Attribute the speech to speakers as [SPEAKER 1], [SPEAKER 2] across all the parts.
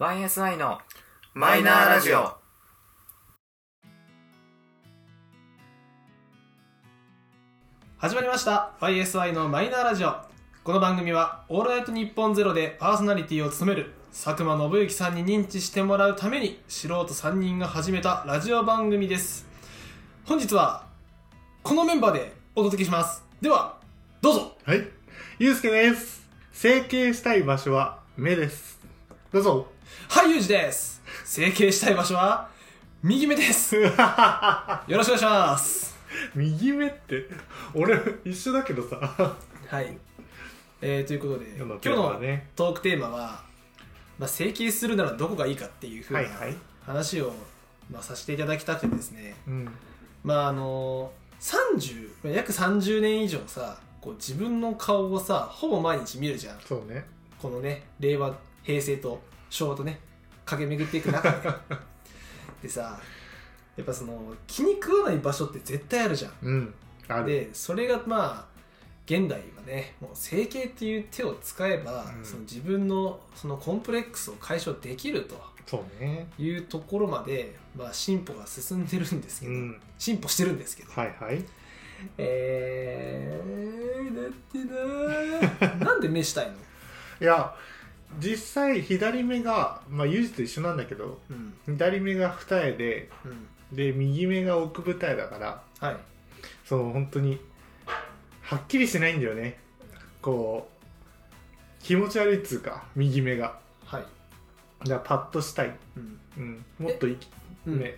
[SPEAKER 1] YSI の
[SPEAKER 2] マイナーラジオ。
[SPEAKER 3] 始まりました YSI のマイナーラジオこの番組は「オールナイトニッポンゼロでパーソナリティを務める佐久間信之さんに認知してもらうために素人3人が始めたラジオ番組です本日はこのメンバーでお届けしますではどうぞ
[SPEAKER 4] はい。ゆうすけです。整形したい場所は目です。どうぞ。
[SPEAKER 3] はいゆうじです整形したい場所は右 目ですよろしくお願いします
[SPEAKER 4] 右目って、俺、一緒だけどさ。
[SPEAKER 3] はいえー、ということで
[SPEAKER 4] 今
[SPEAKER 3] 今
[SPEAKER 4] 日
[SPEAKER 3] 日
[SPEAKER 4] の
[SPEAKER 3] の
[SPEAKER 4] ね
[SPEAKER 3] トークテーマは、まあ、整形するならどこがいいかっていうふうな、
[SPEAKER 4] はいはい。
[SPEAKER 3] 話を、まあ、させていただきたくてですね、
[SPEAKER 4] うん。
[SPEAKER 3] まああの30約30年以上さこう自分の顔をさほぼ毎日見るじゃん
[SPEAKER 4] そうね。
[SPEAKER 3] このね令和平成と昭和とね駆け巡っていく中 ででさやっぱその気に食わない場所って絶対あるじゃん
[SPEAKER 4] うん。ある。
[SPEAKER 3] でそれがまあ現代はねもう整形っていう手を使えば、
[SPEAKER 4] うん
[SPEAKER 3] その自分のそのコンプレックスを解消できると
[SPEAKER 4] そうね。
[SPEAKER 3] いうところまで、まあ、進歩が進んでるんですけ
[SPEAKER 4] う
[SPEAKER 3] ど、
[SPEAKER 4] ん。
[SPEAKER 3] 進歩してるんで すけど
[SPEAKER 4] はいはい。
[SPEAKER 3] えー、だって なーなんで目したいの、
[SPEAKER 4] いや、実際、左目が、まあ、ゆうじと一緒なんだけど、
[SPEAKER 3] うん
[SPEAKER 4] 左目が二重で、
[SPEAKER 3] うん、
[SPEAKER 4] で、右目が奥二重だから、
[SPEAKER 3] はい
[SPEAKER 4] その、本当に、はっきりしないんだよね。こう、気持ち悪いっつうか、右目が。
[SPEAKER 3] はい、
[SPEAKER 4] だからパッとしたい。
[SPEAKER 3] うん
[SPEAKER 4] うん、もっといき、
[SPEAKER 3] うん
[SPEAKER 4] ね、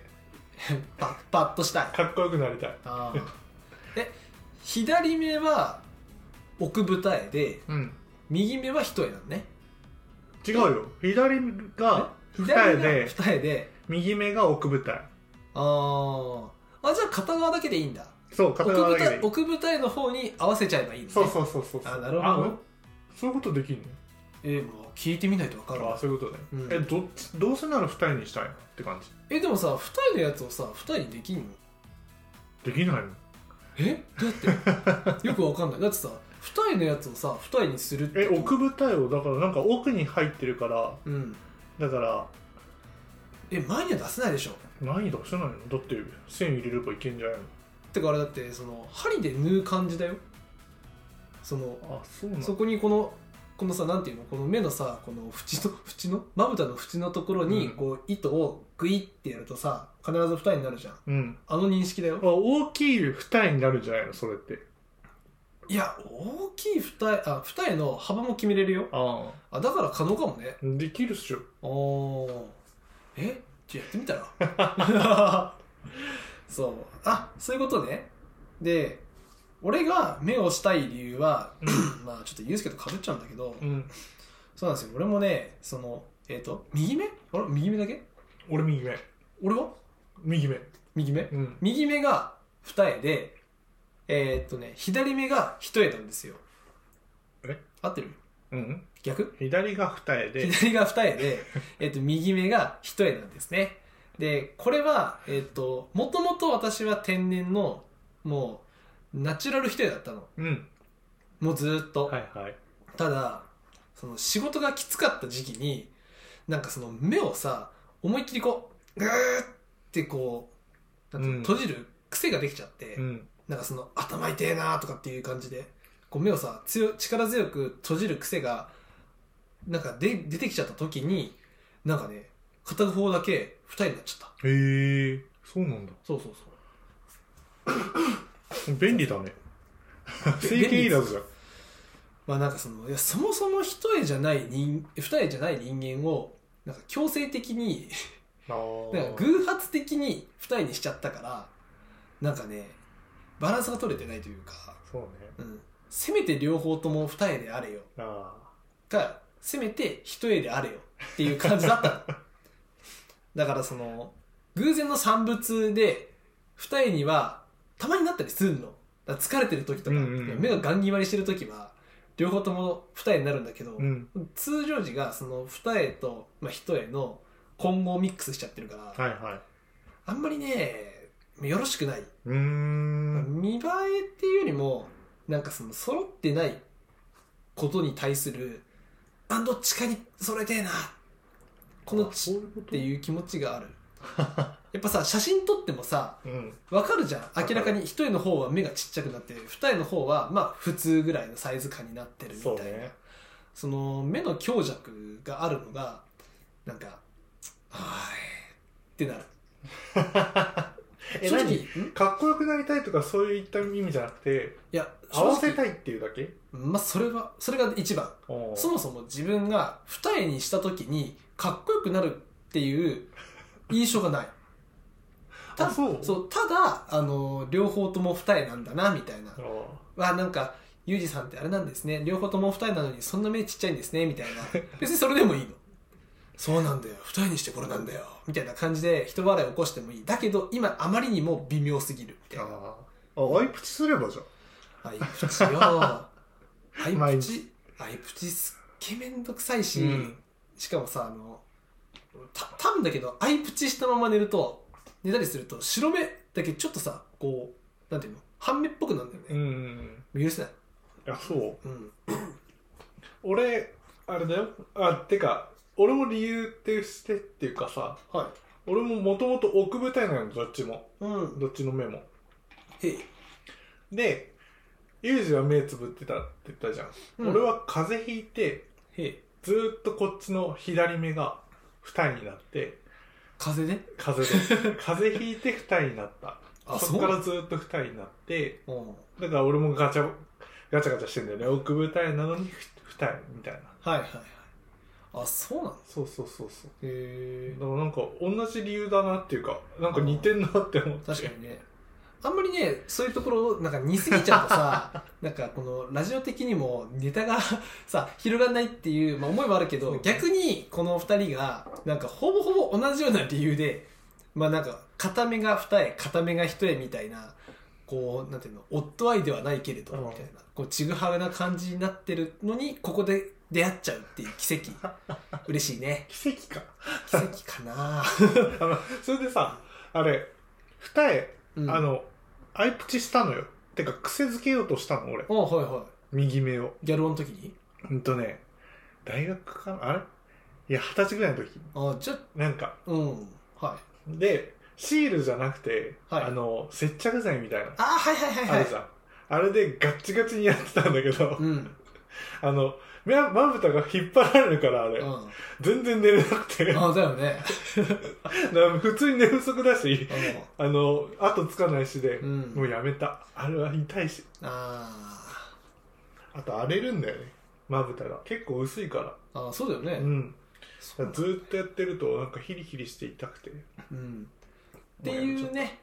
[SPEAKER 3] パッパッとしたい
[SPEAKER 4] かっこよくなりたい。
[SPEAKER 3] あー え左目は奥二重で
[SPEAKER 4] うん、
[SPEAKER 3] 右目は一重なのね
[SPEAKER 4] 違うよ。左が二
[SPEAKER 3] 左
[SPEAKER 4] 重
[SPEAKER 3] 目が
[SPEAKER 4] で、
[SPEAKER 3] 二重で
[SPEAKER 4] 右目が奥舞台。
[SPEAKER 3] あーあじゃあ片側だけでいいんだ
[SPEAKER 4] そう、片側だけでいい。
[SPEAKER 3] 奥二重奥二重の方に合わせちゃえばいいのね
[SPEAKER 4] そうそうそうそう。
[SPEAKER 3] あなるほど
[SPEAKER 4] うんそういうことできんの
[SPEAKER 3] えーもう聞いてみないと分かるわ
[SPEAKER 4] あそういうことね。
[SPEAKER 3] うん
[SPEAKER 4] え、どっち、どうせなら二重にしたいのって感じ。
[SPEAKER 3] えでもさ二重のやつをさ二重にできんの
[SPEAKER 4] できないの
[SPEAKER 3] えどうやって よくわかんないだってさ二重のやつをさ二重にするって
[SPEAKER 4] え、奥舞台を、だからなんか奥に入ってるから、
[SPEAKER 3] うん
[SPEAKER 4] だから、
[SPEAKER 3] え前には出せないでしょ
[SPEAKER 4] 何出せないのだって、線入れればいけんじゃない
[SPEAKER 3] てかあれだってその針で縫う感じだよその
[SPEAKER 4] のあ、そうなの
[SPEAKER 3] そこにこのこのさなんていうのこの目のさこの縁の 縁のまぶたの縁のところに
[SPEAKER 4] うん
[SPEAKER 3] こう糸をグイってやるとさ必ず二重になるじゃん
[SPEAKER 4] うん。
[SPEAKER 3] あの認識だよ
[SPEAKER 4] あ大きい二重になるんじゃないのそれって。
[SPEAKER 3] いや大きい二重あ二重の幅も決めれるよ
[SPEAKER 4] ああ。
[SPEAKER 3] あだから可能かもね
[SPEAKER 4] できるっしょ。
[SPEAKER 3] おーえじゃあやってみたら そうあそういうことねで俺が目をしたい理由はまあちょっとユうスケとかぶっちゃうんだけど、
[SPEAKER 4] うん。
[SPEAKER 3] そうなんですよ俺もねそのえっ、と右目あれ右目だけ
[SPEAKER 4] 俺右目。
[SPEAKER 3] 俺は
[SPEAKER 4] 右目。
[SPEAKER 3] 右目
[SPEAKER 4] うん。
[SPEAKER 3] 右目が二重でえっ、とね左目が一重なんですよ
[SPEAKER 4] え
[SPEAKER 3] 合ってる
[SPEAKER 4] うん。
[SPEAKER 3] 逆
[SPEAKER 4] 左が二重で。
[SPEAKER 3] 左が二 重で、えっと、右目が一重なんですね。で、これは、えっと、もともと私は天然の、もう、ナチュラル一重だったの。
[SPEAKER 4] うん。
[SPEAKER 3] もうずーっと。
[SPEAKER 4] はいはい。
[SPEAKER 3] ただ、その仕事がきつかった時期に、なんかその目をさ、思いっきりこう、ぐーってこう、なんていうの
[SPEAKER 4] うん
[SPEAKER 3] 閉じる癖ができちゃって、
[SPEAKER 4] うん。
[SPEAKER 3] なんかその頭痛えなとかっていう感じでこう目をさ強力強く閉じる癖がなんかで出てきちゃった時になんかね片方だけ二人になっちゃった
[SPEAKER 4] へえ、そうなんだ。
[SPEAKER 3] そうそうそ
[SPEAKER 4] 便利だね。整
[SPEAKER 3] 便
[SPEAKER 4] 形
[SPEAKER 3] 利
[SPEAKER 4] いらずじゃん。
[SPEAKER 3] うまあなんかそのいやそもそも一重じゃない人二重じゃない人間をなんか強制的 に
[SPEAKER 4] あー
[SPEAKER 3] なんか偶発的に二重にしちゃったからなんかねバランスが取れてないというか、
[SPEAKER 4] そうね。
[SPEAKER 3] うん、せめて両方とも二重であれよ
[SPEAKER 4] あ
[SPEAKER 3] がせめて一重であれよっていう感じだった のだからその偶然の産物で二重にはたまになったりするのだから疲れてる時とか、
[SPEAKER 4] うんうんうん
[SPEAKER 3] 目がガン決まりしてる時は両方とも二重になるんだけど、
[SPEAKER 4] あ。うん。
[SPEAKER 3] 通常時がその二重と、まあ、一重の混合ミックスしちゃってるから、
[SPEAKER 4] はいはい。
[SPEAKER 3] あんまりねよろしくない、
[SPEAKER 4] うーん。
[SPEAKER 3] 見栄えっていうよりもなんかその揃ってないことに対するあどっちかに揃えてえなここのちって
[SPEAKER 4] う
[SPEAKER 3] いう気持ちが あるやっぱさ写真撮ってもさ
[SPEAKER 4] こと。うん。
[SPEAKER 3] わかるじゃん明らかに一重の方は目がちっちゃくなって二重の方はまあ普通ぐらいのサイズ感になってるみたい
[SPEAKER 4] そう
[SPEAKER 3] な
[SPEAKER 4] ね。
[SPEAKER 3] その目の強弱があるのがなんか「はーい」って なる
[SPEAKER 4] え、
[SPEAKER 3] 正直
[SPEAKER 4] 何
[SPEAKER 3] んい
[SPEAKER 4] かっこよくなりたいとかそういった意味じゃなくて、
[SPEAKER 3] や
[SPEAKER 4] 合わせ
[SPEAKER 3] い
[SPEAKER 4] たいっていうだけ
[SPEAKER 3] まあそれはそれが一番
[SPEAKER 4] おー
[SPEAKER 3] そもそも自分が二重にした時にかっこよくなるっていう印象がないた
[SPEAKER 4] あそう
[SPEAKER 3] そうただあの両方とも二重なんだなみたいな
[SPEAKER 4] あー
[SPEAKER 3] わなんかユージさんってあれなんですね両方とも二重なのにそんな目ちっちゃいんですねみたいな別にそれでもいいのそうなんだよ二重にしてこれなんだよみたいな感じで人笑い起こしてもいいだけど今あまりにも微妙すぎるみたいな
[SPEAKER 4] あーあ、アイプチすればじゃん。
[SPEAKER 3] アイプチ よアイ
[SPEAKER 4] 毎
[SPEAKER 3] プ
[SPEAKER 4] 日
[SPEAKER 3] チアイプチすっげえめんどくさいし、
[SPEAKER 4] うん
[SPEAKER 3] しかもさあのた多分だけどアイプチしたまま寝ると寝たりすると白目だけちょっとさこうなんていうの半目っぽくなるんだよ
[SPEAKER 4] うん
[SPEAKER 3] ね、
[SPEAKER 4] うんうん。
[SPEAKER 3] 許せない、
[SPEAKER 4] いや、そう。
[SPEAKER 3] うん、
[SPEAKER 4] 俺、あれだよ。あ、てか、俺も理由ってしてっていうかさ、
[SPEAKER 3] はい
[SPEAKER 4] 俺ももともと奥舞台なの、どっちも。
[SPEAKER 3] うん
[SPEAKER 4] どっちの目も。
[SPEAKER 3] へい
[SPEAKER 4] で、ユージは目つぶってたって言ったじゃん。
[SPEAKER 3] うん
[SPEAKER 4] 俺は風邪ひいて、
[SPEAKER 3] へい
[SPEAKER 4] ずーっとこっちの左目が二重になって、
[SPEAKER 3] 風で
[SPEAKER 4] 風邪 で。風邪ひいて二重になった。
[SPEAKER 3] あ
[SPEAKER 4] そっからずーっと二重になって、
[SPEAKER 3] うん
[SPEAKER 4] だから俺もガチャ、ガチャガチャしてんだよね。奥舞台なのに二重みたいな。
[SPEAKER 3] はいはいはいあそうなんだ
[SPEAKER 4] そうそうそうそう。
[SPEAKER 3] へ
[SPEAKER 4] だからなんか同じ理由だなっていうかなんか似てんなって思って
[SPEAKER 3] 確かにねあんまりねそういうところをなんか似すぎちゃう とさなんかこのラジオ的にもネタがさ広がらないっていう、まあ、思いはあるけ
[SPEAKER 4] そ
[SPEAKER 3] ど
[SPEAKER 4] う
[SPEAKER 3] 逆にこの2人がなんかほぼほぼ同じような理由でまあなんか片目が二重片目が一重みたいなこうなんていうの夫愛ではないけれど
[SPEAKER 4] うん
[SPEAKER 3] みたいなこうちぐはぐな感じになってるのにここで出会っちゃうっていう奇跡嬉しいね
[SPEAKER 4] 奇跡か
[SPEAKER 3] 奇跡かな、
[SPEAKER 4] あのそれでさあれ二重、
[SPEAKER 3] うん、
[SPEAKER 4] あのアイプチしたのよてか癖づけようとしたの俺
[SPEAKER 3] おはいは
[SPEAKER 4] 右目を
[SPEAKER 3] いギャル男の時に
[SPEAKER 4] ほんとね大学かなあれいや二十歳ぐらいの時
[SPEAKER 3] あじゃあ
[SPEAKER 4] なんか
[SPEAKER 3] うんはい
[SPEAKER 4] でシールじゃなくて、
[SPEAKER 3] はい
[SPEAKER 4] あの接着剤みたいな
[SPEAKER 3] あはいはいはい
[SPEAKER 4] あ
[SPEAKER 3] は
[SPEAKER 4] る
[SPEAKER 3] い
[SPEAKER 4] じゃん、あれでガッチガチにやってたんだけど、
[SPEAKER 3] うん、うん、
[SPEAKER 4] あの目まぶたが引っ張られるからあれ、
[SPEAKER 3] あ
[SPEAKER 4] 全然寝れなくて
[SPEAKER 3] だよね
[SPEAKER 4] 普通に寝不足だし
[SPEAKER 3] う
[SPEAKER 4] あの、後つかないしで、
[SPEAKER 3] ん
[SPEAKER 4] もうやめた。あれは痛いし。
[SPEAKER 3] あ
[SPEAKER 4] あと荒れるんだよね。まぶたが。結構薄いか
[SPEAKER 3] ーあーそうだよね
[SPEAKER 4] ら。うん。
[SPEAKER 3] そ
[SPEAKER 4] だ
[SPEAKER 3] う
[SPEAKER 4] か
[SPEAKER 3] な
[SPEAKER 4] ら
[SPEAKER 3] んだ
[SPEAKER 4] ずーっとやってると、なんかヒリヒリして痛くて。
[SPEAKER 3] うんっていうね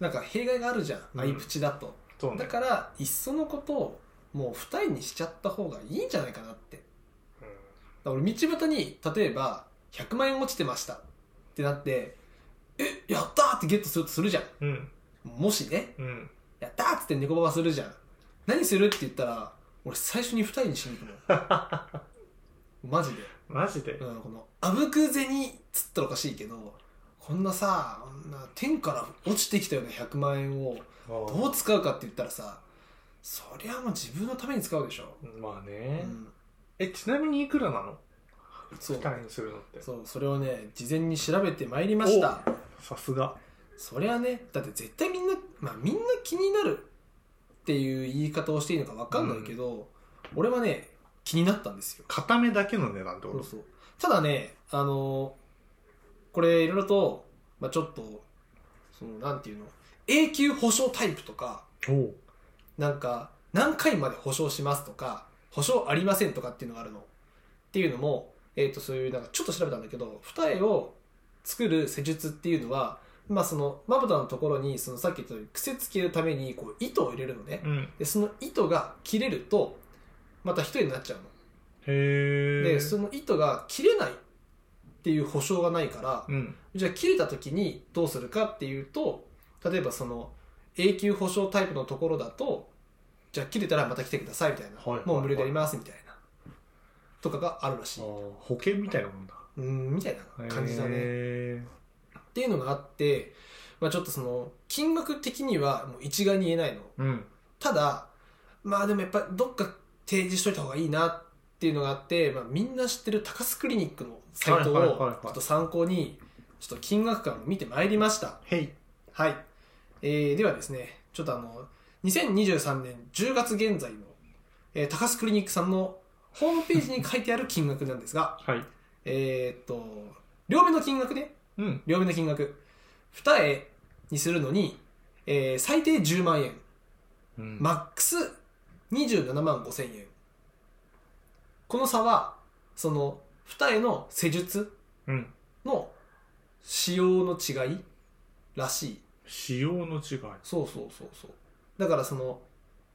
[SPEAKER 3] なんか弊害があるじゃん、
[SPEAKER 4] うん
[SPEAKER 3] アイプチだと
[SPEAKER 4] そう
[SPEAKER 3] だ
[SPEAKER 4] ね。
[SPEAKER 3] からいっそのことをもう二重にしちゃった方がいいんじゃないかなってだから俺道端に例えば100万円落ちてましたってなってえやったーってゲットするとするじゃん
[SPEAKER 4] うん。
[SPEAKER 3] もしね
[SPEAKER 4] うん。
[SPEAKER 3] やったーっつって猫ババするじゃん何するって言ったら俺最初に二人にしに行くの マジで、
[SPEAKER 4] マジで。
[SPEAKER 3] うん、このあぶく銭っつったらおかしいけどこんなさこんな天から落ちてきたような100万円をど
[SPEAKER 4] ど
[SPEAKER 3] う使うかって言ったらさそりゃもう自分のために使うでしょ、
[SPEAKER 4] まあ
[SPEAKER 3] う
[SPEAKER 4] ね。
[SPEAKER 3] ん、
[SPEAKER 4] え、ちなみにいくらなの
[SPEAKER 3] そう
[SPEAKER 4] 二人にするのって。
[SPEAKER 3] そうそれをね事前に調べてまいりました
[SPEAKER 4] さすが。
[SPEAKER 3] そりゃねだって絶対みんな、まあ、みんな気になるっていう言い方をしていいのか分かんないけど、俺はね気になったんですよ
[SPEAKER 4] 片目だけの値段ってこ
[SPEAKER 3] そう
[SPEAKER 4] と
[SPEAKER 3] そうただねあのこれいろいろと、まあ、ちょっとそのなんていうの永久保証タイプとか
[SPEAKER 4] おう
[SPEAKER 3] なんか何回まで保証しますとか保証ありませんとかっていうのがあるのっていうのも、えー、とそういうなんかちょっと調べたんだけど二重を作る施術っていうのはまあそのまぶたのところにそのさっき言ったように癖つけるためにこう糸を入れるのね
[SPEAKER 4] うん。
[SPEAKER 3] でその糸が切れるとまた一重になっちゃうの
[SPEAKER 4] へえ。
[SPEAKER 3] でその糸が切れないっていう保証がないから、
[SPEAKER 4] うん。
[SPEAKER 3] じゃあ切れた時にどうするかっていうと例えばその永久保証タイプのところだとじゃあ切れたらまた来てくださいみたいな、
[SPEAKER 4] はいはいはい
[SPEAKER 3] もう無料でやりますみたいなとかがあるらし
[SPEAKER 4] あ
[SPEAKER 3] い
[SPEAKER 4] ー保険みたいなもんだ。
[SPEAKER 3] うんみたいな感じだね
[SPEAKER 4] へ
[SPEAKER 3] っていうのがあって、まあ、ちょっとその金額的にはもう一概に言えないの
[SPEAKER 4] ー。うん。
[SPEAKER 3] ただまあでもやっぱどっか提示しといた方がいいなっっていうのがあって、まあ、みんな知ってる高須クリニックのサイトを
[SPEAKER 4] はいはいはいはい
[SPEAKER 3] ちょっと参考にちょっと金額感を見てまいりました
[SPEAKER 4] へい。
[SPEAKER 3] はい、えーではですねちょっとあの2023年10月現在の、えー高須クリニックさんのホームページに書いてある金額なんですが
[SPEAKER 4] はい。
[SPEAKER 3] えーっと両目の金額ね
[SPEAKER 4] うん。
[SPEAKER 3] 両目の金額二重にするのに、えー最低10万円
[SPEAKER 4] うん
[SPEAKER 3] マックス27万5千円この差はその二重の施術
[SPEAKER 4] うん。
[SPEAKER 3] の使用の違いらしい
[SPEAKER 4] 仕様の違い。
[SPEAKER 3] そうそうそうそうだからその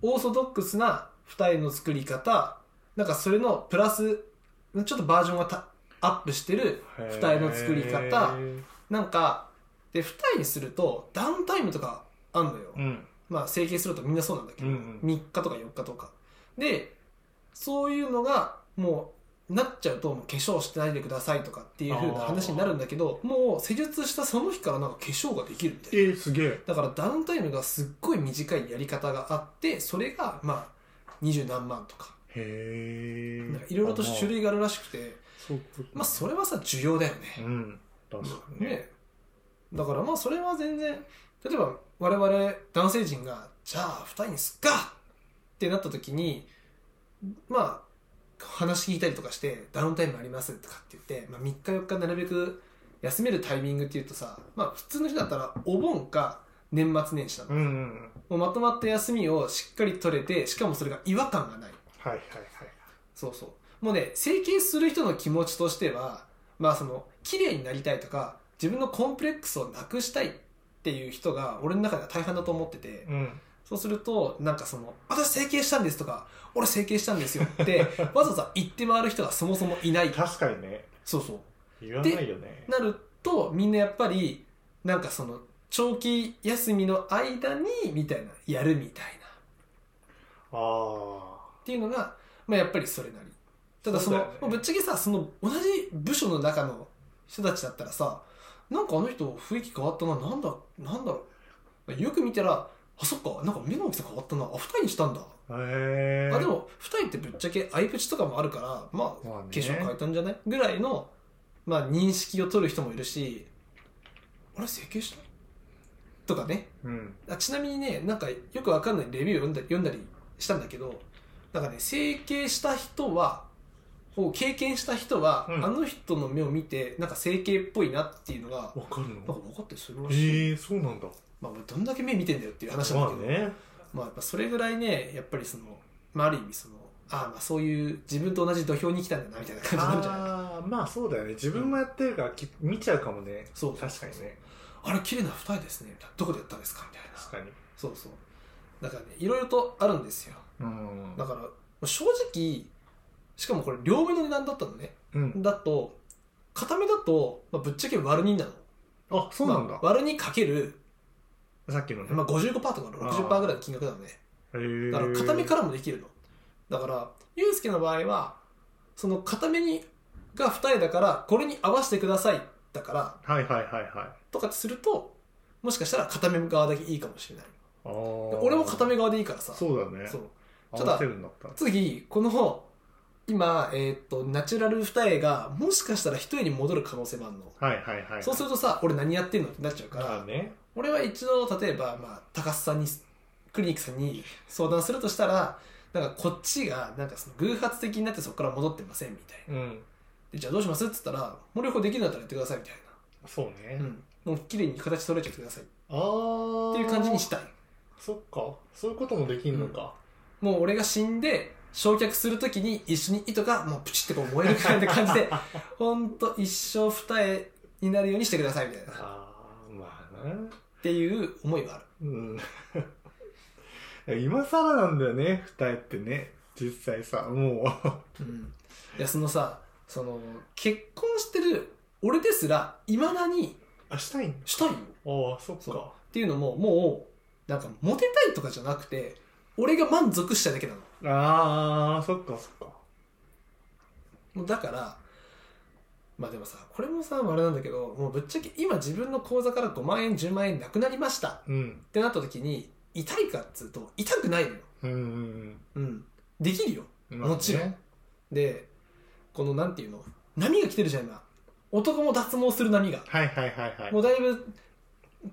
[SPEAKER 3] オーソドックスな二重の作り方なんかそれのプラスちょっとバージョンがたアップしてる二重の作り
[SPEAKER 4] へ
[SPEAKER 3] 方
[SPEAKER 4] ー
[SPEAKER 3] なんかで二重にするとダウンタイムとかあんのよ、
[SPEAKER 4] うん。
[SPEAKER 3] まあ整形するとみんなそうなんだけど、
[SPEAKER 4] うんうん
[SPEAKER 3] 3日とか4日とかでそういうのがもうなっちゃうともう化粧してないでくださいとかっていう風な話になるんだけどもう施術したその日からなんか化粧ができるみたいな
[SPEAKER 4] えー、すげえ。
[SPEAKER 3] だからダウンタイムがすっごい短いやり方があってそれがまあ二十何万とか
[SPEAKER 4] へえ。
[SPEAKER 3] いろいろと種類があるらしくて
[SPEAKER 4] あ。そうか
[SPEAKER 3] まあそれはさ需要だよ
[SPEAKER 4] う
[SPEAKER 3] ね,、
[SPEAKER 4] ん。確かにね。
[SPEAKER 3] ねだからまあそれは全然例えば我々男性陣が「じゃあ二人にすっか!」ってなった時にまあ話聞いたりとかして「ダウンタイムあります」とかって言って、まあ、3日4日なるべく休めるタイミングっていうとさまあ普通の人だったらお盆か年末年始なの
[SPEAKER 4] うんうんうん。
[SPEAKER 3] もうまとまった休みをしっかり取れてしかもそれが違和感がない
[SPEAKER 4] はいはいはい。
[SPEAKER 3] そうそうもうね整形する人の気持ちとしてはまあその綺麗になりたいとか自分のコンプレックスをなくしたいっていう人が俺の中では大半だと思ってて
[SPEAKER 4] うん。
[SPEAKER 3] そうするとなんかその「私整形したんです」とか「俺整形したんですよ」ってわざわざ言って回る人がそもそもいない
[SPEAKER 4] 確かにね。
[SPEAKER 3] そうそう
[SPEAKER 4] 言わないよね。
[SPEAKER 3] なるとみんなやっぱりなんかその長期休みの間にみたいなやるみたいな
[SPEAKER 4] ああ。
[SPEAKER 3] っていうのが、まあ、やっぱりそれなりただその
[SPEAKER 4] そうだよね
[SPEAKER 3] まあぶっちゃけさその同じ部署の中の人たちだったらさなんかあの人雰囲気変わったななんだなんだろうよく見たらあそっかなんか目の大きさ変わったなあ二重にしたんだ、
[SPEAKER 4] へえ。
[SPEAKER 3] あで。も二重ってぶっちゃけアイプチとかもあるからまあ
[SPEAKER 4] まあね
[SPEAKER 3] 化粧変えたんじゃないぐらいの、まあ、認識を取る人もいるしあれ整形したとかね
[SPEAKER 4] うん。
[SPEAKER 3] あちなみにねなんかよくわかんないレビューを読んだ読んだりしたんだけどなんかね整形した人はを経験した人は、
[SPEAKER 4] うん
[SPEAKER 3] あの人の目を見てなんか整形っぽいなっていうのが
[SPEAKER 4] わかる
[SPEAKER 3] なん
[SPEAKER 4] の
[SPEAKER 3] か分かってするらしい、
[SPEAKER 4] ええ、そうなんだ。
[SPEAKER 3] まあ、俺どんだけ目見てんだよっていう話なんだ
[SPEAKER 4] ま
[SPEAKER 3] け
[SPEAKER 4] あ
[SPEAKER 3] ど、
[SPEAKER 4] ね。
[SPEAKER 3] まあやっぱそれぐらいねやっぱりその、まあ、ある意味そのああまあそういう自分と同じ土俵に来たんだなみたいな感じになるんじゃない
[SPEAKER 4] ああ、まあそうだよね。自分もやってるからき見ちゃうかもね。
[SPEAKER 3] そうそう
[SPEAKER 4] 確かにね。
[SPEAKER 3] あれ綺麗な二重ですねみたいなどこでやったんですかみたいな
[SPEAKER 4] 確かに。
[SPEAKER 3] そうそうだからねいろいろとあるんですよ
[SPEAKER 4] うん
[SPEAKER 3] だからまあ正直しかもこれ両目の値段だったのね
[SPEAKER 4] うん。
[SPEAKER 3] だと片目だと、まあ、ぶっちゃけ割る2なの
[SPEAKER 4] あ、そうなんだ
[SPEAKER 3] まあ。割る2かける、
[SPEAKER 4] さっきのね。
[SPEAKER 3] まあ、55%とか60%ぐらいの金額なのね
[SPEAKER 4] へえ。
[SPEAKER 3] だから片目からもできるのだからユうスケの場合はその片目にが二重だからこれに合わせてくださいだから
[SPEAKER 4] はいはいはいはい。
[SPEAKER 3] とかってするともしかしたら片目側だけいいかもしれない
[SPEAKER 4] あ
[SPEAKER 3] 俺も片
[SPEAKER 4] 目
[SPEAKER 3] 目側でいいからさ
[SPEAKER 4] そうだね
[SPEAKER 3] そう
[SPEAKER 4] 合わせるんだったら
[SPEAKER 3] 次この今、えーっとナチュラル二重がもしかしたら一重に戻る可能性もあるの、
[SPEAKER 4] はいはいはい
[SPEAKER 3] そうするとさ俺何やってんのってなっちゃうか、
[SPEAKER 4] かららね
[SPEAKER 3] 俺は一度例えば、まあ、高須さんにクリニックさんに相談するとしたらなんかこっちがなんかその偶発的になってそこから戻ってませんみたいな
[SPEAKER 4] うん
[SPEAKER 3] でじゃあどうしますって言ったらもう両方できるんだったらやってくださいみたい
[SPEAKER 4] そうね
[SPEAKER 3] な、うん、もう綺麗に形取れちゃってくださいっ
[SPEAKER 4] ああ
[SPEAKER 3] ていう感じにしたい
[SPEAKER 4] そっかそういうこともできんのか
[SPEAKER 3] もう俺が死んで焼却するときに一緒に糸がもうプチってこう燃えるみたいな感じでほんと一生二重になるようにしてくださいみたいなっ
[SPEAKER 4] ああまあな
[SPEAKER 3] ていう思いはあ
[SPEAKER 4] う
[SPEAKER 3] る
[SPEAKER 4] ん 今更なんだよね二重ってね実際さもう
[SPEAKER 3] うん、いやそのさその結婚してる俺ですらいまだに
[SPEAKER 4] あしたいんだ
[SPEAKER 3] したいよっ
[SPEAKER 4] ああそっ
[SPEAKER 3] そ
[SPEAKER 4] か
[SPEAKER 3] ていうのももうなんかモテたいとかじゃなくて俺が満足したいだけなの
[SPEAKER 4] ああそっかそっか
[SPEAKER 3] もうだからまあでもさこれもさあれなんだけどもうぶっちゃけ今自分の口座から5万円10万円なくなりました
[SPEAKER 4] うん
[SPEAKER 3] ってなった時に痛いかっつうと痛くないのよ
[SPEAKER 4] うんうん
[SPEAKER 3] うんできるよ
[SPEAKER 4] うん
[SPEAKER 3] もちろん
[SPEAKER 4] まあね
[SPEAKER 3] でこのなんていうの波が来てるじゃん今男も脱毛する波が
[SPEAKER 4] はいはいはいはい
[SPEAKER 3] もうだいぶ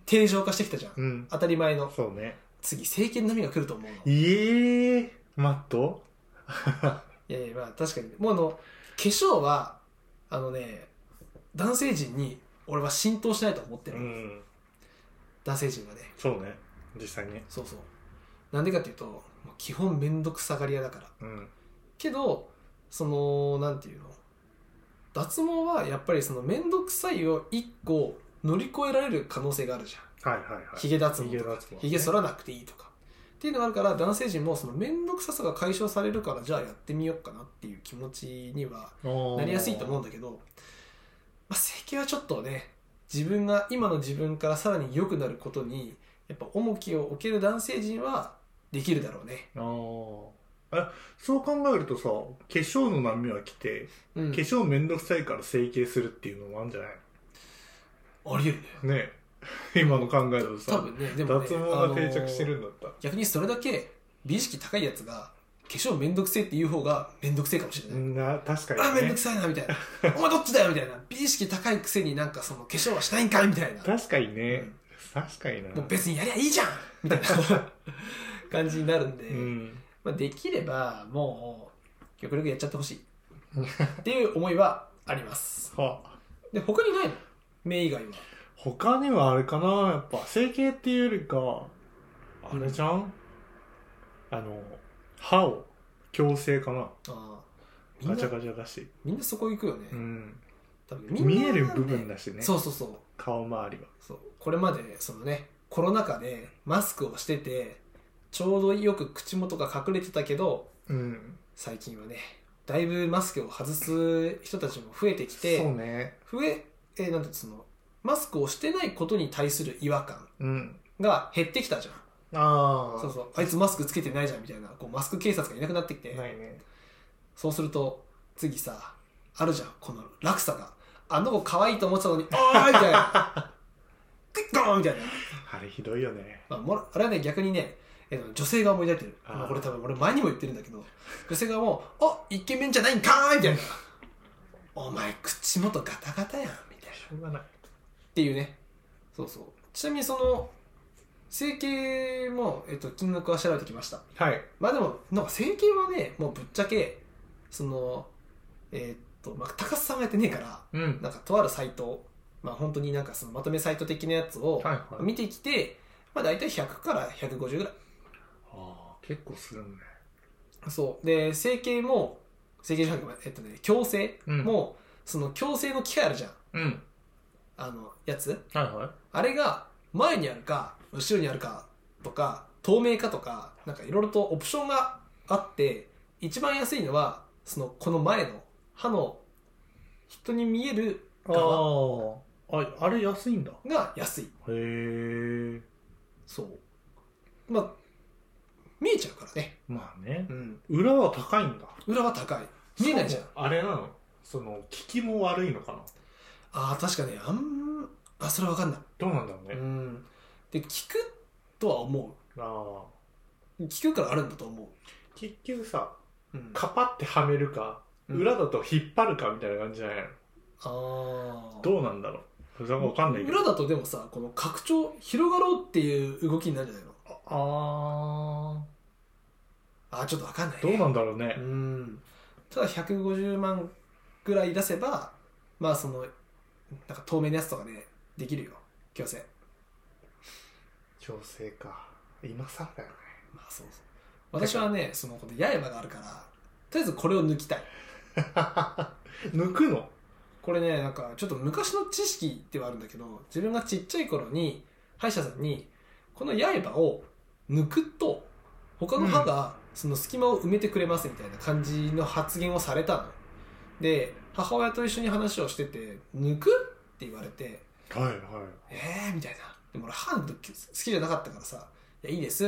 [SPEAKER 3] 定常化してきたじゃん
[SPEAKER 4] うん
[SPEAKER 3] 当たり前の
[SPEAKER 4] そうね
[SPEAKER 3] 次整形の波が来ると思うのい
[SPEAKER 4] いえーマット
[SPEAKER 3] やいやまあ確かにもうあの化粧はあのね男性陣に俺は浸透しないと思って
[SPEAKER 4] う
[SPEAKER 3] る、
[SPEAKER 4] ん
[SPEAKER 3] 男性陣がね
[SPEAKER 4] そうね実際ね
[SPEAKER 3] そうそうなんでかっていうともう基本面倒くさがり屋だから
[SPEAKER 4] うん
[SPEAKER 3] けどそのなんていうの脱毛はやっぱりその面倒くさいを一個乗り越えられる可能性があるじゃん
[SPEAKER 4] はいはいはい
[SPEAKER 3] ヒゲ脱毛
[SPEAKER 4] 髭
[SPEAKER 3] とか
[SPEAKER 4] 脱毛ね
[SPEAKER 3] ヒゲ剃らなくていいとかっていうのがあるから男性陣もその面倒くささが解消されるからじゃあやってみようかなっていう気持ちにはなりやすいと思うんだけど、まあ、整形はちょっとね自分が今の自分からさらに良くなることにやっぱ重きを置ける男性陣はできるだろうね、
[SPEAKER 4] あーえそう考えるとさ化粧の波は来て
[SPEAKER 3] うん、
[SPEAKER 4] 化粧めんどくさいから整形するっていうのもあるんじゃない
[SPEAKER 3] ありえるね
[SPEAKER 4] のね え今の考えだとさ
[SPEAKER 3] 多分ねでもね
[SPEAKER 4] 脱毛が定着してるんだった、
[SPEAKER 3] 逆にそれだけ美意識高いやつが化粧めんどくせえって言う方がめんどくせえかもしれない、
[SPEAKER 4] な確
[SPEAKER 3] あ
[SPEAKER 4] か
[SPEAKER 3] め
[SPEAKER 4] に
[SPEAKER 3] んど
[SPEAKER 4] ね
[SPEAKER 3] くさいなみ たいなお前どっちだよみたいな美意識高いくせになんかその化粧はしたいんかいみたいな
[SPEAKER 4] 確かにね、
[SPEAKER 3] うん
[SPEAKER 4] 確かにな
[SPEAKER 3] もう別にやりゃいいじゃんみたいな 感じになるんで、
[SPEAKER 4] うん
[SPEAKER 3] まあ、できればもう極力やっちゃってほしいっていう思いはあります
[SPEAKER 4] は
[SPEAKER 3] で他にないの目以外は
[SPEAKER 4] 他にはあれかなやっぱ整形っていうよりかあれじゃん、あの歯を矯正かな
[SPEAKER 3] あーみ
[SPEAKER 4] ガ
[SPEAKER 3] ん
[SPEAKER 4] チ
[SPEAKER 3] な
[SPEAKER 4] ャガチャだし、
[SPEAKER 3] みんなそこ行くよね、
[SPEAKER 4] うん、
[SPEAKER 3] 多分みんな
[SPEAKER 4] 見える部分だしね
[SPEAKER 3] そうそうそう
[SPEAKER 4] 顔周りは
[SPEAKER 3] そうこれまでそのねコロナ禍でマスクをしててちょうどよく口元が隠れてたけど
[SPEAKER 4] うん
[SPEAKER 3] 最近はねだいぶマスクを外す人たちも増えてきて
[SPEAKER 4] そうね
[SPEAKER 3] 増ええーなんてそのマスクをしてないことに対する違和感
[SPEAKER 4] うん
[SPEAKER 3] が減ってきたじゃん
[SPEAKER 4] ああ
[SPEAKER 3] そうそうあいつマスクつけてないじゃんみたいなこうマスク警察がいなくなってきて、
[SPEAKER 4] ないね
[SPEAKER 3] そうすると次さあるじゃんこの落差があの子可愛いと思ってた のに「あーい!」みたいな「クッゴーン!」みたいな
[SPEAKER 4] あれひどいよね
[SPEAKER 3] まあ、もらあれはね逆にね、えっと女性側も抱いてる
[SPEAKER 4] あー
[SPEAKER 3] まあこれ多分俺前にも言ってるんだけど女性側も「あイケメンじゃないんかーい!」みたいな「お前口元ガタガタやん」みたいな
[SPEAKER 4] しょうがない
[SPEAKER 3] っていうねそうそうちなみにその整形も、えっと、金額は調べてきました
[SPEAKER 4] はい
[SPEAKER 3] まあでもなんか整形はねもうぶっちゃけそのえっと、まあ、高須さんがやってねえから
[SPEAKER 4] うん
[SPEAKER 3] なんかとあるサイトまあ本当になんかそのまとめサイト的なやつを
[SPEAKER 4] はいはい
[SPEAKER 3] 見てきて、まあ、大体100から150ぐらい
[SPEAKER 4] ああ結構するんね
[SPEAKER 3] そうで整形も整形じゃなくてえっとね矯正
[SPEAKER 4] うん
[SPEAKER 3] も、その矯正の機械あるじゃん
[SPEAKER 4] うん
[SPEAKER 3] あのやつ
[SPEAKER 4] はいはい
[SPEAKER 3] あれが前にあるか後ろにあるかとか透明化とかなんかいろいろとオプションがあって一番安いのはそのこの前の歯の人に見える側
[SPEAKER 4] ああああれ安いんだへ
[SPEAKER 3] が安い
[SPEAKER 4] え
[SPEAKER 3] そうまあ見えちゃうからね、
[SPEAKER 4] まあね
[SPEAKER 3] うん、
[SPEAKER 4] 裏は高いんだ
[SPEAKER 3] 裏は高い見えないじゃん
[SPEAKER 4] あれなのその効きも悪いのかな
[SPEAKER 3] ああ確かねあんあそれわかんない
[SPEAKER 4] どうなんだろうね、
[SPEAKER 3] うん、で聞くとは思
[SPEAKER 4] ああ
[SPEAKER 3] う聞くからあるんだと思
[SPEAKER 4] 結局さ
[SPEAKER 3] う、うん、
[SPEAKER 4] カパってはめるか、
[SPEAKER 3] うん
[SPEAKER 4] 裏だと引っ張るかみたいな感じじゃないの
[SPEAKER 3] あー
[SPEAKER 4] どうなんだろうそれが分かんないけど
[SPEAKER 3] 裏だとでもさこの拡張広がろうっていう動きになるんじゃないの
[SPEAKER 4] あ
[SPEAKER 3] あーちょっとわかんない
[SPEAKER 4] どうなんだろうね、
[SPEAKER 3] うんただ150万ぐらい出せばまあそのなんか透明なやつとかねできるよ矯正
[SPEAKER 4] 調整か今更だよね
[SPEAKER 3] まあそうそう私はねそのこの刃があるからとりあえずこれを抜きたい
[SPEAKER 4] 抜くの
[SPEAKER 3] これねなんかちょっと昔の知識ではあるんだけど自分がちっちゃい頃に歯医者さんにこの刃を抜くと他の歯がその隙間を埋めてくれますみたいな感じの発言をされたので母親と一緒に話をしてて「抜く?」って言われて
[SPEAKER 4] はいはい
[SPEAKER 3] 「えー?」みたいなでも俺歯の時好きじゃなかったからさ「いやいいです」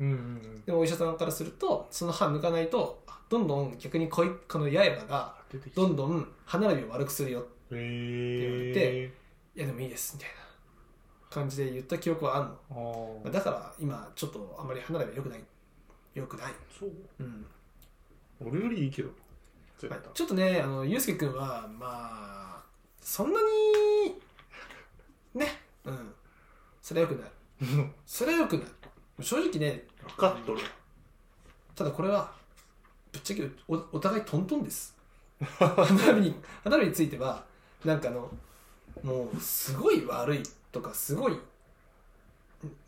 [SPEAKER 4] うんうん
[SPEAKER 3] でもお医者さんからするとその歯抜かないとどんどん逆にこいこの刃が
[SPEAKER 4] 出てき
[SPEAKER 3] どんどん歯並びを悪くするよ
[SPEAKER 4] へ
[SPEAKER 3] っ
[SPEAKER 4] え
[SPEAKER 3] ていやでもいいですみたいな感じで言った記憶はある
[SPEAKER 4] ああ
[SPEAKER 3] のだから今ちょっとあんまり離れが良くない良くない
[SPEAKER 4] そう
[SPEAKER 3] うん
[SPEAKER 4] 俺よりいいけど絶
[SPEAKER 3] まあ
[SPEAKER 4] 対
[SPEAKER 3] ちょっとねあのゆうすけくんはまあそんなにねうんそれはよくないそれはよくない正直ね
[SPEAKER 4] 分かっとる
[SPEAKER 3] ただこれはぶっちゃけおお互いトントンです花火に花火についてはなんかあのもうすごい悪いとかすごい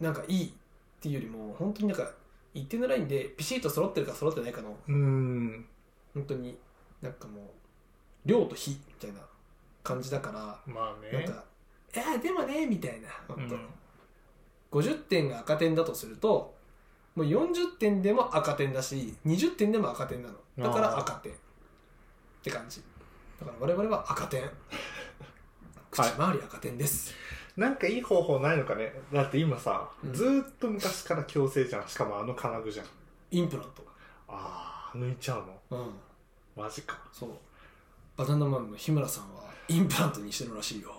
[SPEAKER 3] なんかいいっていうよりも本当になんか一定のラインでピシッと揃ってるか揃ってないかの
[SPEAKER 4] うーん
[SPEAKER 3] 本当になんかもう量と火みたいな感じだから、
[SPEAKER 4] まあ
[SPEAKER 3] なん
[SPEAKER 4] ね
[SPEAKER 3] か「いやでもね」みたいな
[SPEAKER 4] う
[SPEAKER 3] 本
[SPEAKER 4] ん
[SPEAKER 3] 当、50点が赤点だとするともう40点でも赤点だし20点でも赤点なのだから赤点って感じだから我々は 赤点口周り赤点です、
[SPEAKER 4] なんかいい方法ないのかねだって今さ、
[SPEAKER 3] うん
[SPEAKER 4] ずーっと昔から矯正じゃんしかもあの金具じゃん
[SPEAKER 3] インプラン
[SPEAKER 4] あー抜いちゃうの
[SPEAKER 3] トうん
[SPEAKER 4] マジか
[SPEAKER 3] そうバナナマンの日村さんはインプラントにしてるらしいよ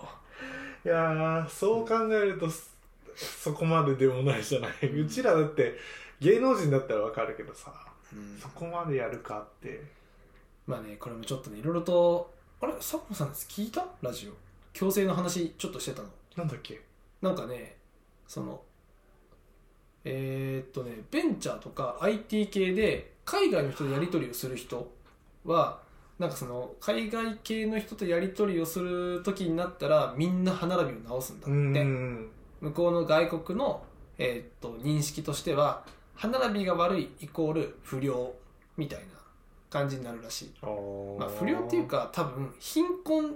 [SPEAKER 4] いやーそう考えると、そそこまででもないじゃない、うちらだって芸能人だったらわかるけどさ
[SPEAKER 3] うん
[SPEAKER 4] そこまでやるかって
[SPEAKER 3] まあねこれもちょっとねいろいろとあれ佐久間さんです聞いたラジオ強制の話ちょっとしてたの
[SPEAKER 4] なんだっけ
[SPEAKER 3] なんかねそのえーっとねベンチャーとか IT 系で海外の人とやり取りをする人はなんかその海外系の人とやり取りをする時になったらみんな歯並びを直すんだ
[SPEAKER 4] う
[SPEAKER 3] って
[SPEAKER 4] ん
[SPEAKER 3] 向こうの外国の、えーっと認識としては歯並びが悪いイコール不良みたいな感じになるらしい
[SPEAKER 4] あー
[SPEAKER 3] まあ、不良っていうか多分貧困っ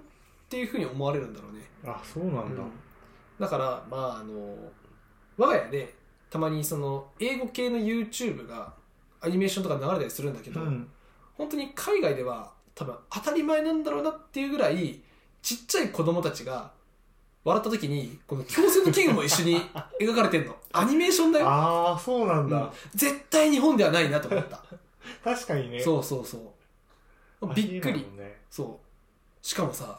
[SPEAKER 3] ていうふうに思われるんだろうね、
[SPEAKER 4] あそうなんだ、
[SPEAKER 3] うんだからまああの我が家でたまにその英語系の YouTube がアニメーションとか流れたりするんだけど、
[SPEAKER 4] うん
[SPEAKER 3] 本当に海外では多分当たり前なんだろうなっていうぐらいちっちゃい子供たちが笑った時にこの強制の剣も一緒に 描かれてんのアニメーションだよ、
[SPEAKER 4] ああそうなんだ、
[SPEAKER 3] うん絶対日本ではないなと思 った
[SPEAKER 4] 確かにね
[SPEAKER 3] そうそうそうびっくり
[SPEAKER 4] あいいなもんね
[SPEAKER 3] そうしかもさ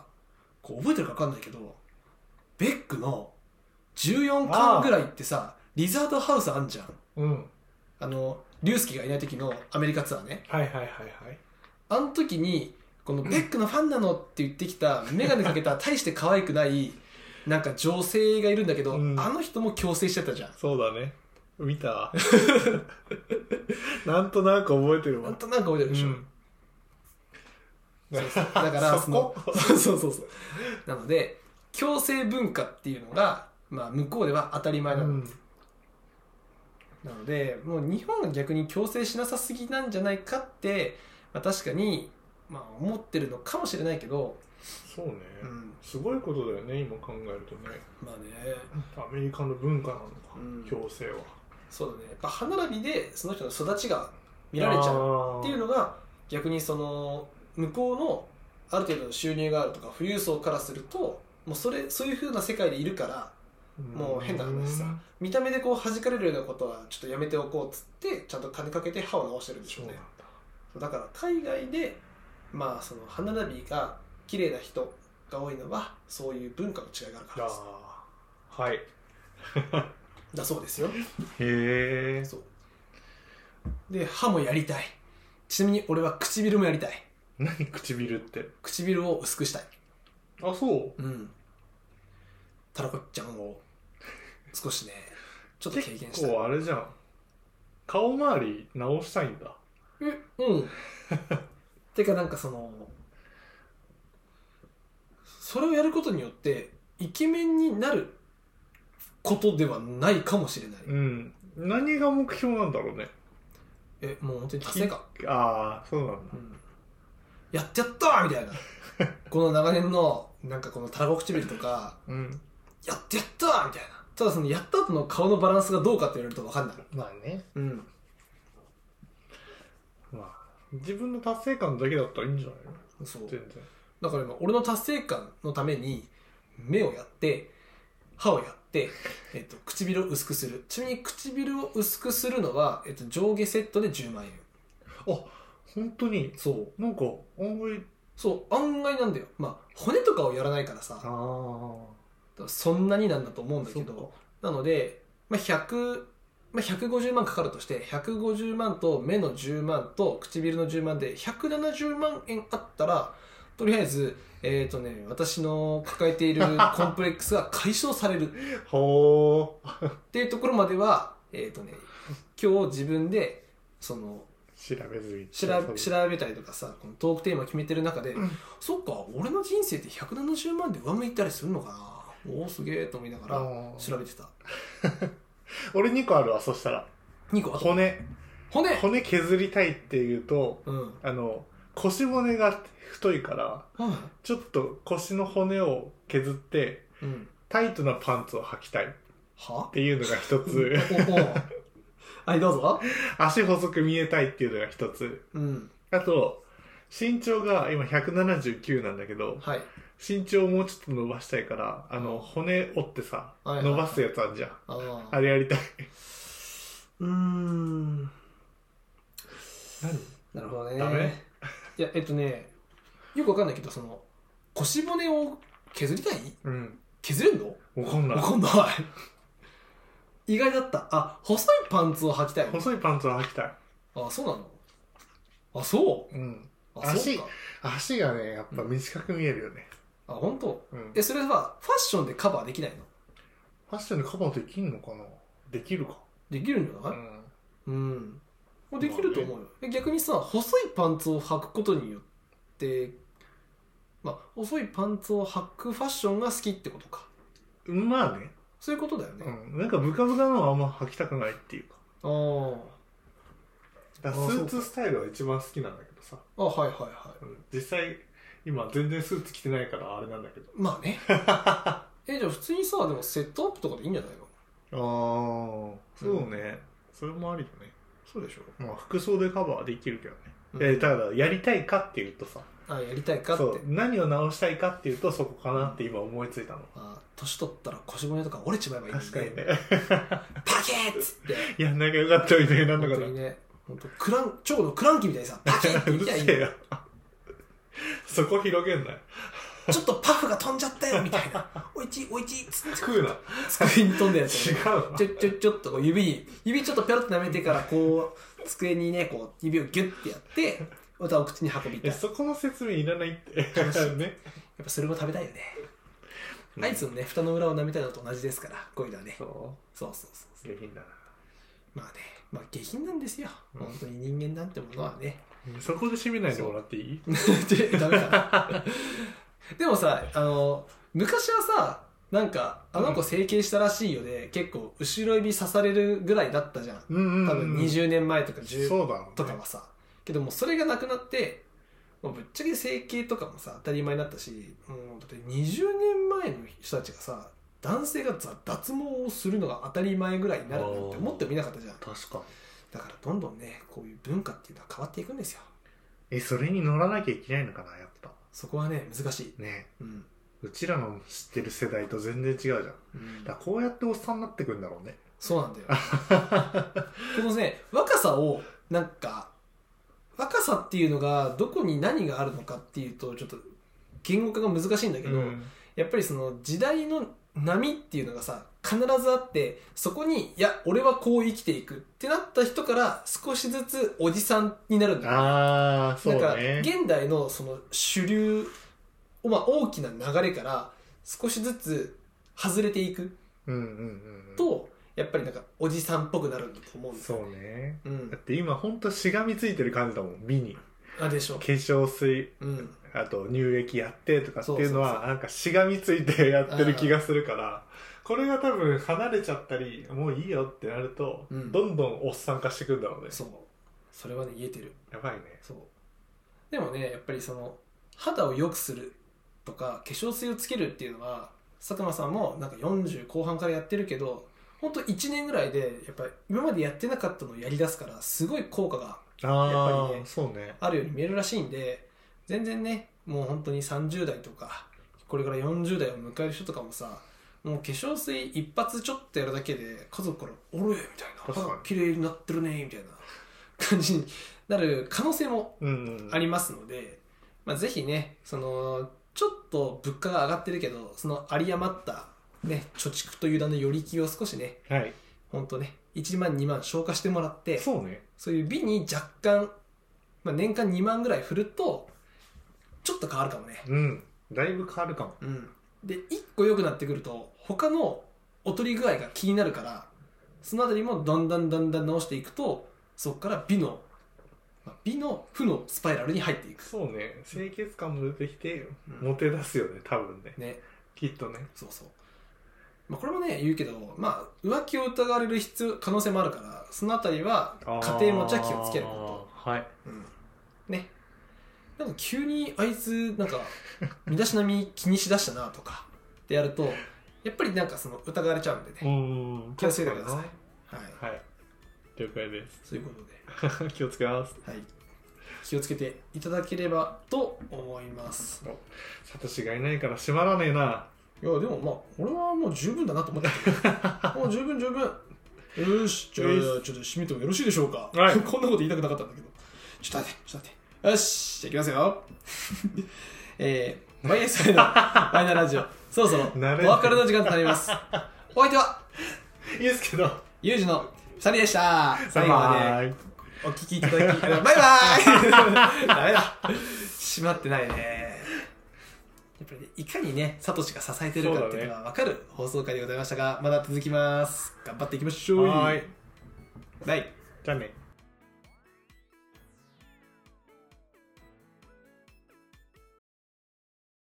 [SPEAKER 3] こう覚えてるか分かんないけどベックの14巻ぐらいってさリザードハウスあんじゃん
[SPEAKER 4] うん
[SPEAKER 3] あの竜介がいない時のアメリカツアーね
[SPEAKER 4] はいはいはいはい
[SPEAKER 3] あの時にこのベックのファンなのって言ってきた眼鏡かけた大して可愛くないなんか女性がいるんだけど、
[SPEAKER 4] うん
[SPEAKER 3] あの人も強制してたじゃん
[SPEAKER 4] そうだね見 たなんとなく覚えてる
[SPEAKER 3] な
[SPEAKER 4] わ
[SPEAKER 3] んとなく覚えてるでしょ、
[SPEAKER 4] うん
[SPEAKER 3] そうそうだか ら
[SPEAKER 4] そ
[SPEAKER 3] そ
[SPEAKER 4] こ
[SPEAKER 3] のそうそうそうそうなので強制文化っていうのが、まあ、向こうでは当たり前なの、
[SPEAKER 4] うん
[SPEAKER 3] なのでもう日本が逆に強制しなさすぎなんじゃないかって、まあ、確かに、まあ、思ってるのかもしれないけど、
[SPEAKER 4] そうね、
[SPEAKER 3] うん
[SPEAKER 4] すごいことだよね今考えるとね
[SPEAKER 3] まあね
[SPEAKER 4] アメリカの文化なのか、
[SPEAKER 3] うん
[SPEAKER 4] 強制は
[SPEAKER 3] そうだねやっぱ歯並びでその人の育ちが見られちゃうっていう
[SPEAKER 4] の
[SPEAKER 3] のが逆にその向こうのある程度の収入があるとか富裕層からするともうそれそういう風な世界でいるからもう変な話さ見た目でこう弾かれるようなことはちょっとやめておこうっつってちゃんと金かけて歯を直してるんでし
[SPEAKER 4] そ
[SPEAKER 3] ょ
[SPEAKER 4] う
[SPEAKER 3] う
[SPEAKER 4] なん
[SPEAKER 3] ね
[SPEAKER 4] だ
[SPEAKER 3] だから海外でまあその歯並びが綺麗な人が多いのはそういう文化の違いがあるか
[SPEAKER 4] い
[SPEAKER 3] ら
[SPEAKER 4] や
[SPEAKER 3] です
[SPEAKER 4] ーはいへ
[SPEAKER 3] だそうですよ
[SPEAKER 4] え
[SPEAKER 3] そうで歯もやりたいちなみに俺は唇もやりたい
[SPEAKER 4] 何唇って
[SPEAKER 3] 唇を薄くしたい
[SPEAKER 4] あそう
[SPEAKER 3] うんたらこちゃんを少しねちょっと経験
[SPEAKER 4] 結
[SPEAKER 3] したい
[SPEAKER 4] 構あれじゃん顔周り直したいんだ
[SPEAKER 3] えうんてかなんかそのそれをやることによってイケメンになることではないかもしれない、
[SPEAKER 4] うん何が目標なんだろうね
[SPEAKER 3] えもう本当に達成感、
[SPEAKER 4] ああそうなんだ
[SPEAKER 3] うんやっちゃったーみたいな この長年のなんかこのたらこ唇とか
[SPEAKER 4] うん
[SPEAKER 3] やってやったーみたいなただそのやった後の顔のバランスがどうかって言われると分かんない
[SPEAKER 4] まあね
[SPEAKER 3] うん
[SPEAKER 4] まあ自分の達成感だけだったらいいんじゃないの
[SPEAKER 3] そう
[SPEAKER 4] 全然
[SPEAKER 3] だから今俺の達成感のために目をやって歯をやって、えっと、唇を薄くするちなみに唇を薄くするのは、えっと、上下セットで10万円
[SPEAKER 4] あ本当に
[SPEAKER 3] そう
[SPEAKER 4] なんか案外
[SPEAKER 3] そう案外なんだよまあ骨とかをやらないからさ
[SPEAKER 4] あ
[SPEAKER 3] そんなになんだと思うんだ
[SPEAKER 4] そ
[SPEAKER 3] け
[SPEAKER 4] っ
[SPEAKER 3] どなので、まあ、100まあ、150万かかるとして150万と目の10万と唇の10万で170万円あったらとりあえず、えーとね、私の抱えて いるコンプレックスが解消される
[SPEAKER 4] ほー。
[SPEAKER 3] っていうところまでは、えーとね、今日自分でその
[SPEAKER 4] 調べずに。
[SPEAKER 3] 調べ調べたりとかさこのトークテーマ決めてる中で、そっか俺の人生って170万で上向いたりするのかなおおすげえと思いなが
[SPEAKER 4] あ
[SPEAKER 3] ら
[SPEAKER 4] ー
[SPEAKER 3] 調べてた
[SPEAKER 4] 俺2個あるわ、そしたら。
[SPEAKER 3] 2個あと
[SPEAKER 4] 骨。
[SPEAKER 3] 骨
[SPEAKER 4] 骨削りたいっていうと、
[SPEAKER 3] うん、
[SPEAKER 4] あの、腰骨が太いから、
[SPEAKER 3] は
[SPEAKER 4] ちょっと腰の骨を削って、
[SPEAKER 3] いうん、
[SPEAKER 4] タイトなパンツを履きたいっ
[SPEAKER 3] は
[SPEAKER 4] ていうのが一 つ。
[SPEAKER 3] おお はいどうぞ
[SPEAKER 4] 足細く見えたいっていうのが一つ。
[SPEAKER 3] うん
[SPEAKER 4] あと、身長が今179なんだけど、
[SPEAKER 3] はい
[SPEAKER 4] 身長をもうちょっと伸ばしたいから、あの、骨折ってさ、
[SPEAKER 3] はいはいはい
[SPEAKER 4] 伸ばすやつあんじゃん。
[SPEAKER 3] あー
[SPEAKER 4] あれやりたい。
[SPEAKER 3] うーん
[SPEAKER 4] 何
[SPEAKER 3] なるほどね
[SPEAKER 4] ダメ
[SPEAKER 3] いやえっとねよくわかんないけどその腰骨を削りたい
[SPEAKER 4] うん。
[SPEAKER 3] 削れんの
[SPEAKER 4] わかんない
[SPEAKER 3] わ。かんない意外だったあ細いパンツを履きたい
[SPEAKER 4] 細いパンツを履きたい。
[SPEAKER 3] あそうなのあそ
[SPEAKER 4] うん。
[SPEAKER 3] うあそう
[SPEAKER 4] 足
[SPEAKER 3] か
[SPEAKER 4] 足がね、やっぱ短く見えるよね。
[SPEAKER 3] あ本当
[SPEAKER 4] うん。
[SPEAKER 3] えそれはファッションでカバーできないの
[SPEAKER 4] ファッションでカバーできんのかなできるか。
[SPEAKER 3] できるんじゃ
[SPEAKER 4] う
[SPEAKER 3] ない
[SPEAKER 4] ん。
[SPEAKER 3] うん、もうできると思うよ、え逆にさ細いパンツを履くことによってまあ細いパンツを履くファッションが好きってことか
[SPEAKER 4] まあね。
[SPEAKER 3] そういうことだよね、
[SPEAKER 4] うん。なんかブカブカのはあんま履きたくないっていうか。
[SPEAKER 3] あ
[SPEAKER 4] だから
[SPEAKER 3] あ
[SPEAKER 4] ス
[SPEAKER 3] そう
[SPEAKER 4] ー
[SPEAKER 3] か
[SPEAKER 4] ツスタイルは一番好きなんだけどさ。
[SPEAKER 3] ああはいはいは
[SPEAKER 4] う
[SPEAKER 3] い
[SPEAKER 4] ん実際、今全然スーツ着てないからあれなんだけど。
[SPEAKER 3] ま あねえじゃあ普通にさでもセットアップとかでいいんじゃないの
[SPEAKER 4] ああ、そうね。それもありだね。
[SPEAKER 3] そうでしょ
[SPEAKER 4] まあ服装でカバーできるけどね。
[SPEAKER 3] うん
[SPEAKER 4] え、ただ、やりたいかっていうとさ、
[SPEAKER 3] あやりたいかって
[SPEAKER 4] そう、何を直したいかっていうとそこかなって今思いついたの。
[SPEAKER 3] あ年取ったら腰骨とか折れちまえばいいんだよ
[SPEAKER 4] 確かにね。
[SPEAKER 3] パキッつって
[SPEAKER 4] やんなきゃよかったみたいに なんだ
[SPEAKER 3] 本
[SPEAKER 4] か
[SPEAKER 3] 当
[SPEAKER 4] ら
[SPEAKER 3] に。ね本当クランチョコのクランキみたいにさパキッって
[SPEAKER 4] う
[SPEAKER 3] 言
[SPEAKER 4] る
[SPEAKER 3] いたい
[SPEAKER 4] せえ
[SPEAKER 3] ち
[SPEAKER 4] よ。そこ広げんなよ。
[SPEAKER 3] ょっとパフが飛んじゃったよみたいなおいちいおいちいっつって
[SPEAKER 4] 食うな。違
[SPEAKER 3] 机に飛んだやつをね
[SPEAKER 4] うな
[SPEAKER 3] ちょちょちょっとこう指に指ちょっとペロッと舐めてからこう机にねこう指をギュッてやってまたお口に運びたい
[SPEAKER 4] え。
[SPEAKER 3] やっ
[SPEAKER 4] そこの説明いらないって。 ね。
[SPEAKER 3] ぱそれも食べたいよねアイスのね蓋の裏を舐めたいのと同じですからこういうのはねそう
[SPEAKER 4] そ
[SPEAKER 3] そうそうそう
[SPEAKER 4] う。下品だ
[SPEAKER 3] まあねまあ下品なんですよ本当に人間なんてものはね
[SPEAKER 4] な。そこで締めないでもらっていい
[SPEAKER 3] でダメかなでもさあの昔はさなんかあの子整形したらしいよで、結構後ろ指刺されるぐらいだったじゃん
[SPEAKER 4] うんう
[SPEAKER 3] 多分20年前とか10
[SPEAKER 4] そうだろうね
[SPEAKER 3] とかはさけどもうそれがなくなってもうぶっちゃけ整形とかもさ当たり前になったしもうだって20年前の人たちがさ男性がざ脱毛をするのが当たり前ぐらいになるなんて思ってもいなかったじゃん
[SPEAKER 4] 確か
[SPEAKER 3] だからどんどんねこういう文化っていうのは変わっていくんですよ
[SPEAKER 4] えそれに乗らなきゃいけないのかなやっぱ
[SPEAKER 3] そこはね難しい
[SPEAKER 4] ね
[SPEAKER 3] うん、
[SPEAKER 4] うちらの知ってる世代と全然違うじゃんだか
[SPEAKER 3] うん
[SPEAKER 4] らこうやっておっさんになってくんだろうね
[SPEAKER 3] そうなんだよこのね若さをなんか若さっていうのがどこに何があるのかっていうとちょっと言語化が難しいんだけど、やっぱりその時代の波っていうのがさ必ずあってそこにいや俺はこう生きていくってなった人から少しずつおじさんになるんだよ
[SPEAKER 4] ああそう
[SPEAKER 3] だから
[SPEAKER 4] ね
[SPEAKER 3] 現代のその主流、まあ、大きな流れから少しずつ外れていく
[SPEAKER 4] うんうんうんうん
[SPEAKER 3] と、やっぱりなんかおじさんっぽくなるんだと思うんですよ
[SPEAKER 4] そうね
[SPEAKER 3] うん
[SPEAKER 4] だって今ほんとしがみついてる感じだもん美に
[SPEAKER 3] あでしょ
[SPEAKER 4] 化粧水
[SPEAKER 3] うん
[SPEAKER 4] あと乳液やってとかっていうの
[SPEAKER 3] そうそう
[SPEAKER 4] はなんかしがみついてやってる気がするからこれが多分離れちゃったりもういいよってなると、
[SPEAKER 3] うん
[SPEAKER 4] どんどんおっさん化してくんだろうね
[SPEAKER 3] そうそれはね言えてる
[SPEAKER 4] やばいね
[SPEAKER 3] そうでもねやっぱりその肌を良くするとか化粧水をつけるっていうのは佐久間さんもなんか40後半からやってるけどほんと1年ぐらいでやっぱり今までやってなかったのをやりだすからすごい効果が
[SPEAKER 4] あ
[SPEAKER 3] やっぱりね
[SPEAKER 4] そうね
[SPEAKER 3] あるように見えるらしいんで全然ねもう本当に30代とかこれから40代を迎える人とかもさもう化粧水一発ちょっとやるだけで家族から「おれ!」みたいな「
[SPEAKER 4] 確かに
[SPEAKER 3] 肌綺麗になってるね」みたいな感じになる可能性も
[SPEAKER 4] うんうん
[SPEAKER 3] ありますので、まあ、ぜひねそのちょっと物価が上がってるけどその有り余った、ね、貯蓄という名の寄り気を少しね
[SPEAKER 4] はい
[SPEAKER 3] ほんとね1万2万消化してもらって
[SPEAKER 4] そうね
[SPEAKER 3] そういう美に若干、まあ、年間2万ぐらい振るとちょっと変わるかもね
[SPEAKER 4] うんだいぶ変わるかも
[SPEAKER 3] うんで1個良くなってくると他の劣り具合が気になるからそのあたりもだんだんだんだん直していくとそこから美のまあ美の負のスパイラルに入っていく
[SPEAKER 4] そうね清潔感も出てきて
[SPEAKER 3] うん
[SPEAKER 4] モテ出すよね多分ね
[SPEAKER 3] ね
[SPEAKER 4] きっとね
[SPEAKER 3] そうそう、まあ、これもね言うけど、まあ、浮気を疑われる必要可能性もあるからそのあたりは家庭持ちは気をつけること
[SPEAKER 4] はい
[SPEAKER 3] と、うん、ねなんか急にあいつなんか身だしなみ気にしだしたなとかってやるとやっぱりなんかその疑われちゃうんで
[SPEAKER 4] う
[SPEAKER 3] ね、
[SPEAKER 4] ん
[SPEAKER 3] 気をつけてください
[SPEAKER 4] はい
[SPEAKER 3] はい
[SPEAKER 4] 了解です
[SPEAKER 3] そういうことで、
[SPEAKER 4] 気をつけます
[SPEAKER 3] はい、気をつけていただければと思います
[SPEAKER 4] サトシがいないから閉まらねえない
[SPEAKER 3] やでもまあ俺はもう十分だなと思ってたもう十分十分よしじゃあ
[SPEAKER 4] よ
[SPEAKER 3] ちょっと締めてもよろしいでしょうか、
[SPEAKER 4] はい
[SPEAKER 3] こんなこと言いたくなかったんだけどちょっと待ってちょっと待ってよしじゃあいきますよ えー YSI のワイナラジオそろそろお
[SPEAKER 4] 慣れない
[SPEAKER 3] 別れの時間となりますお相手はい
[SPEAKER 4] いですけど
[SPEAKER 3] ユージの2人でした最後まで
[SPEAKER 4] バイバイ
[SPEAKER 3] お聞きいただき、バイバーイ ダメだ。閉まってないね。やっぱりね、いかにね、サトシが支えてるかっていうのが分かる放送回でございましたが、まだ続きます。頑張っていきましょう。
[SPEAKER 4] はーい
[SPEAKER 3] バイ。
[SPEAKER 4] じゃあね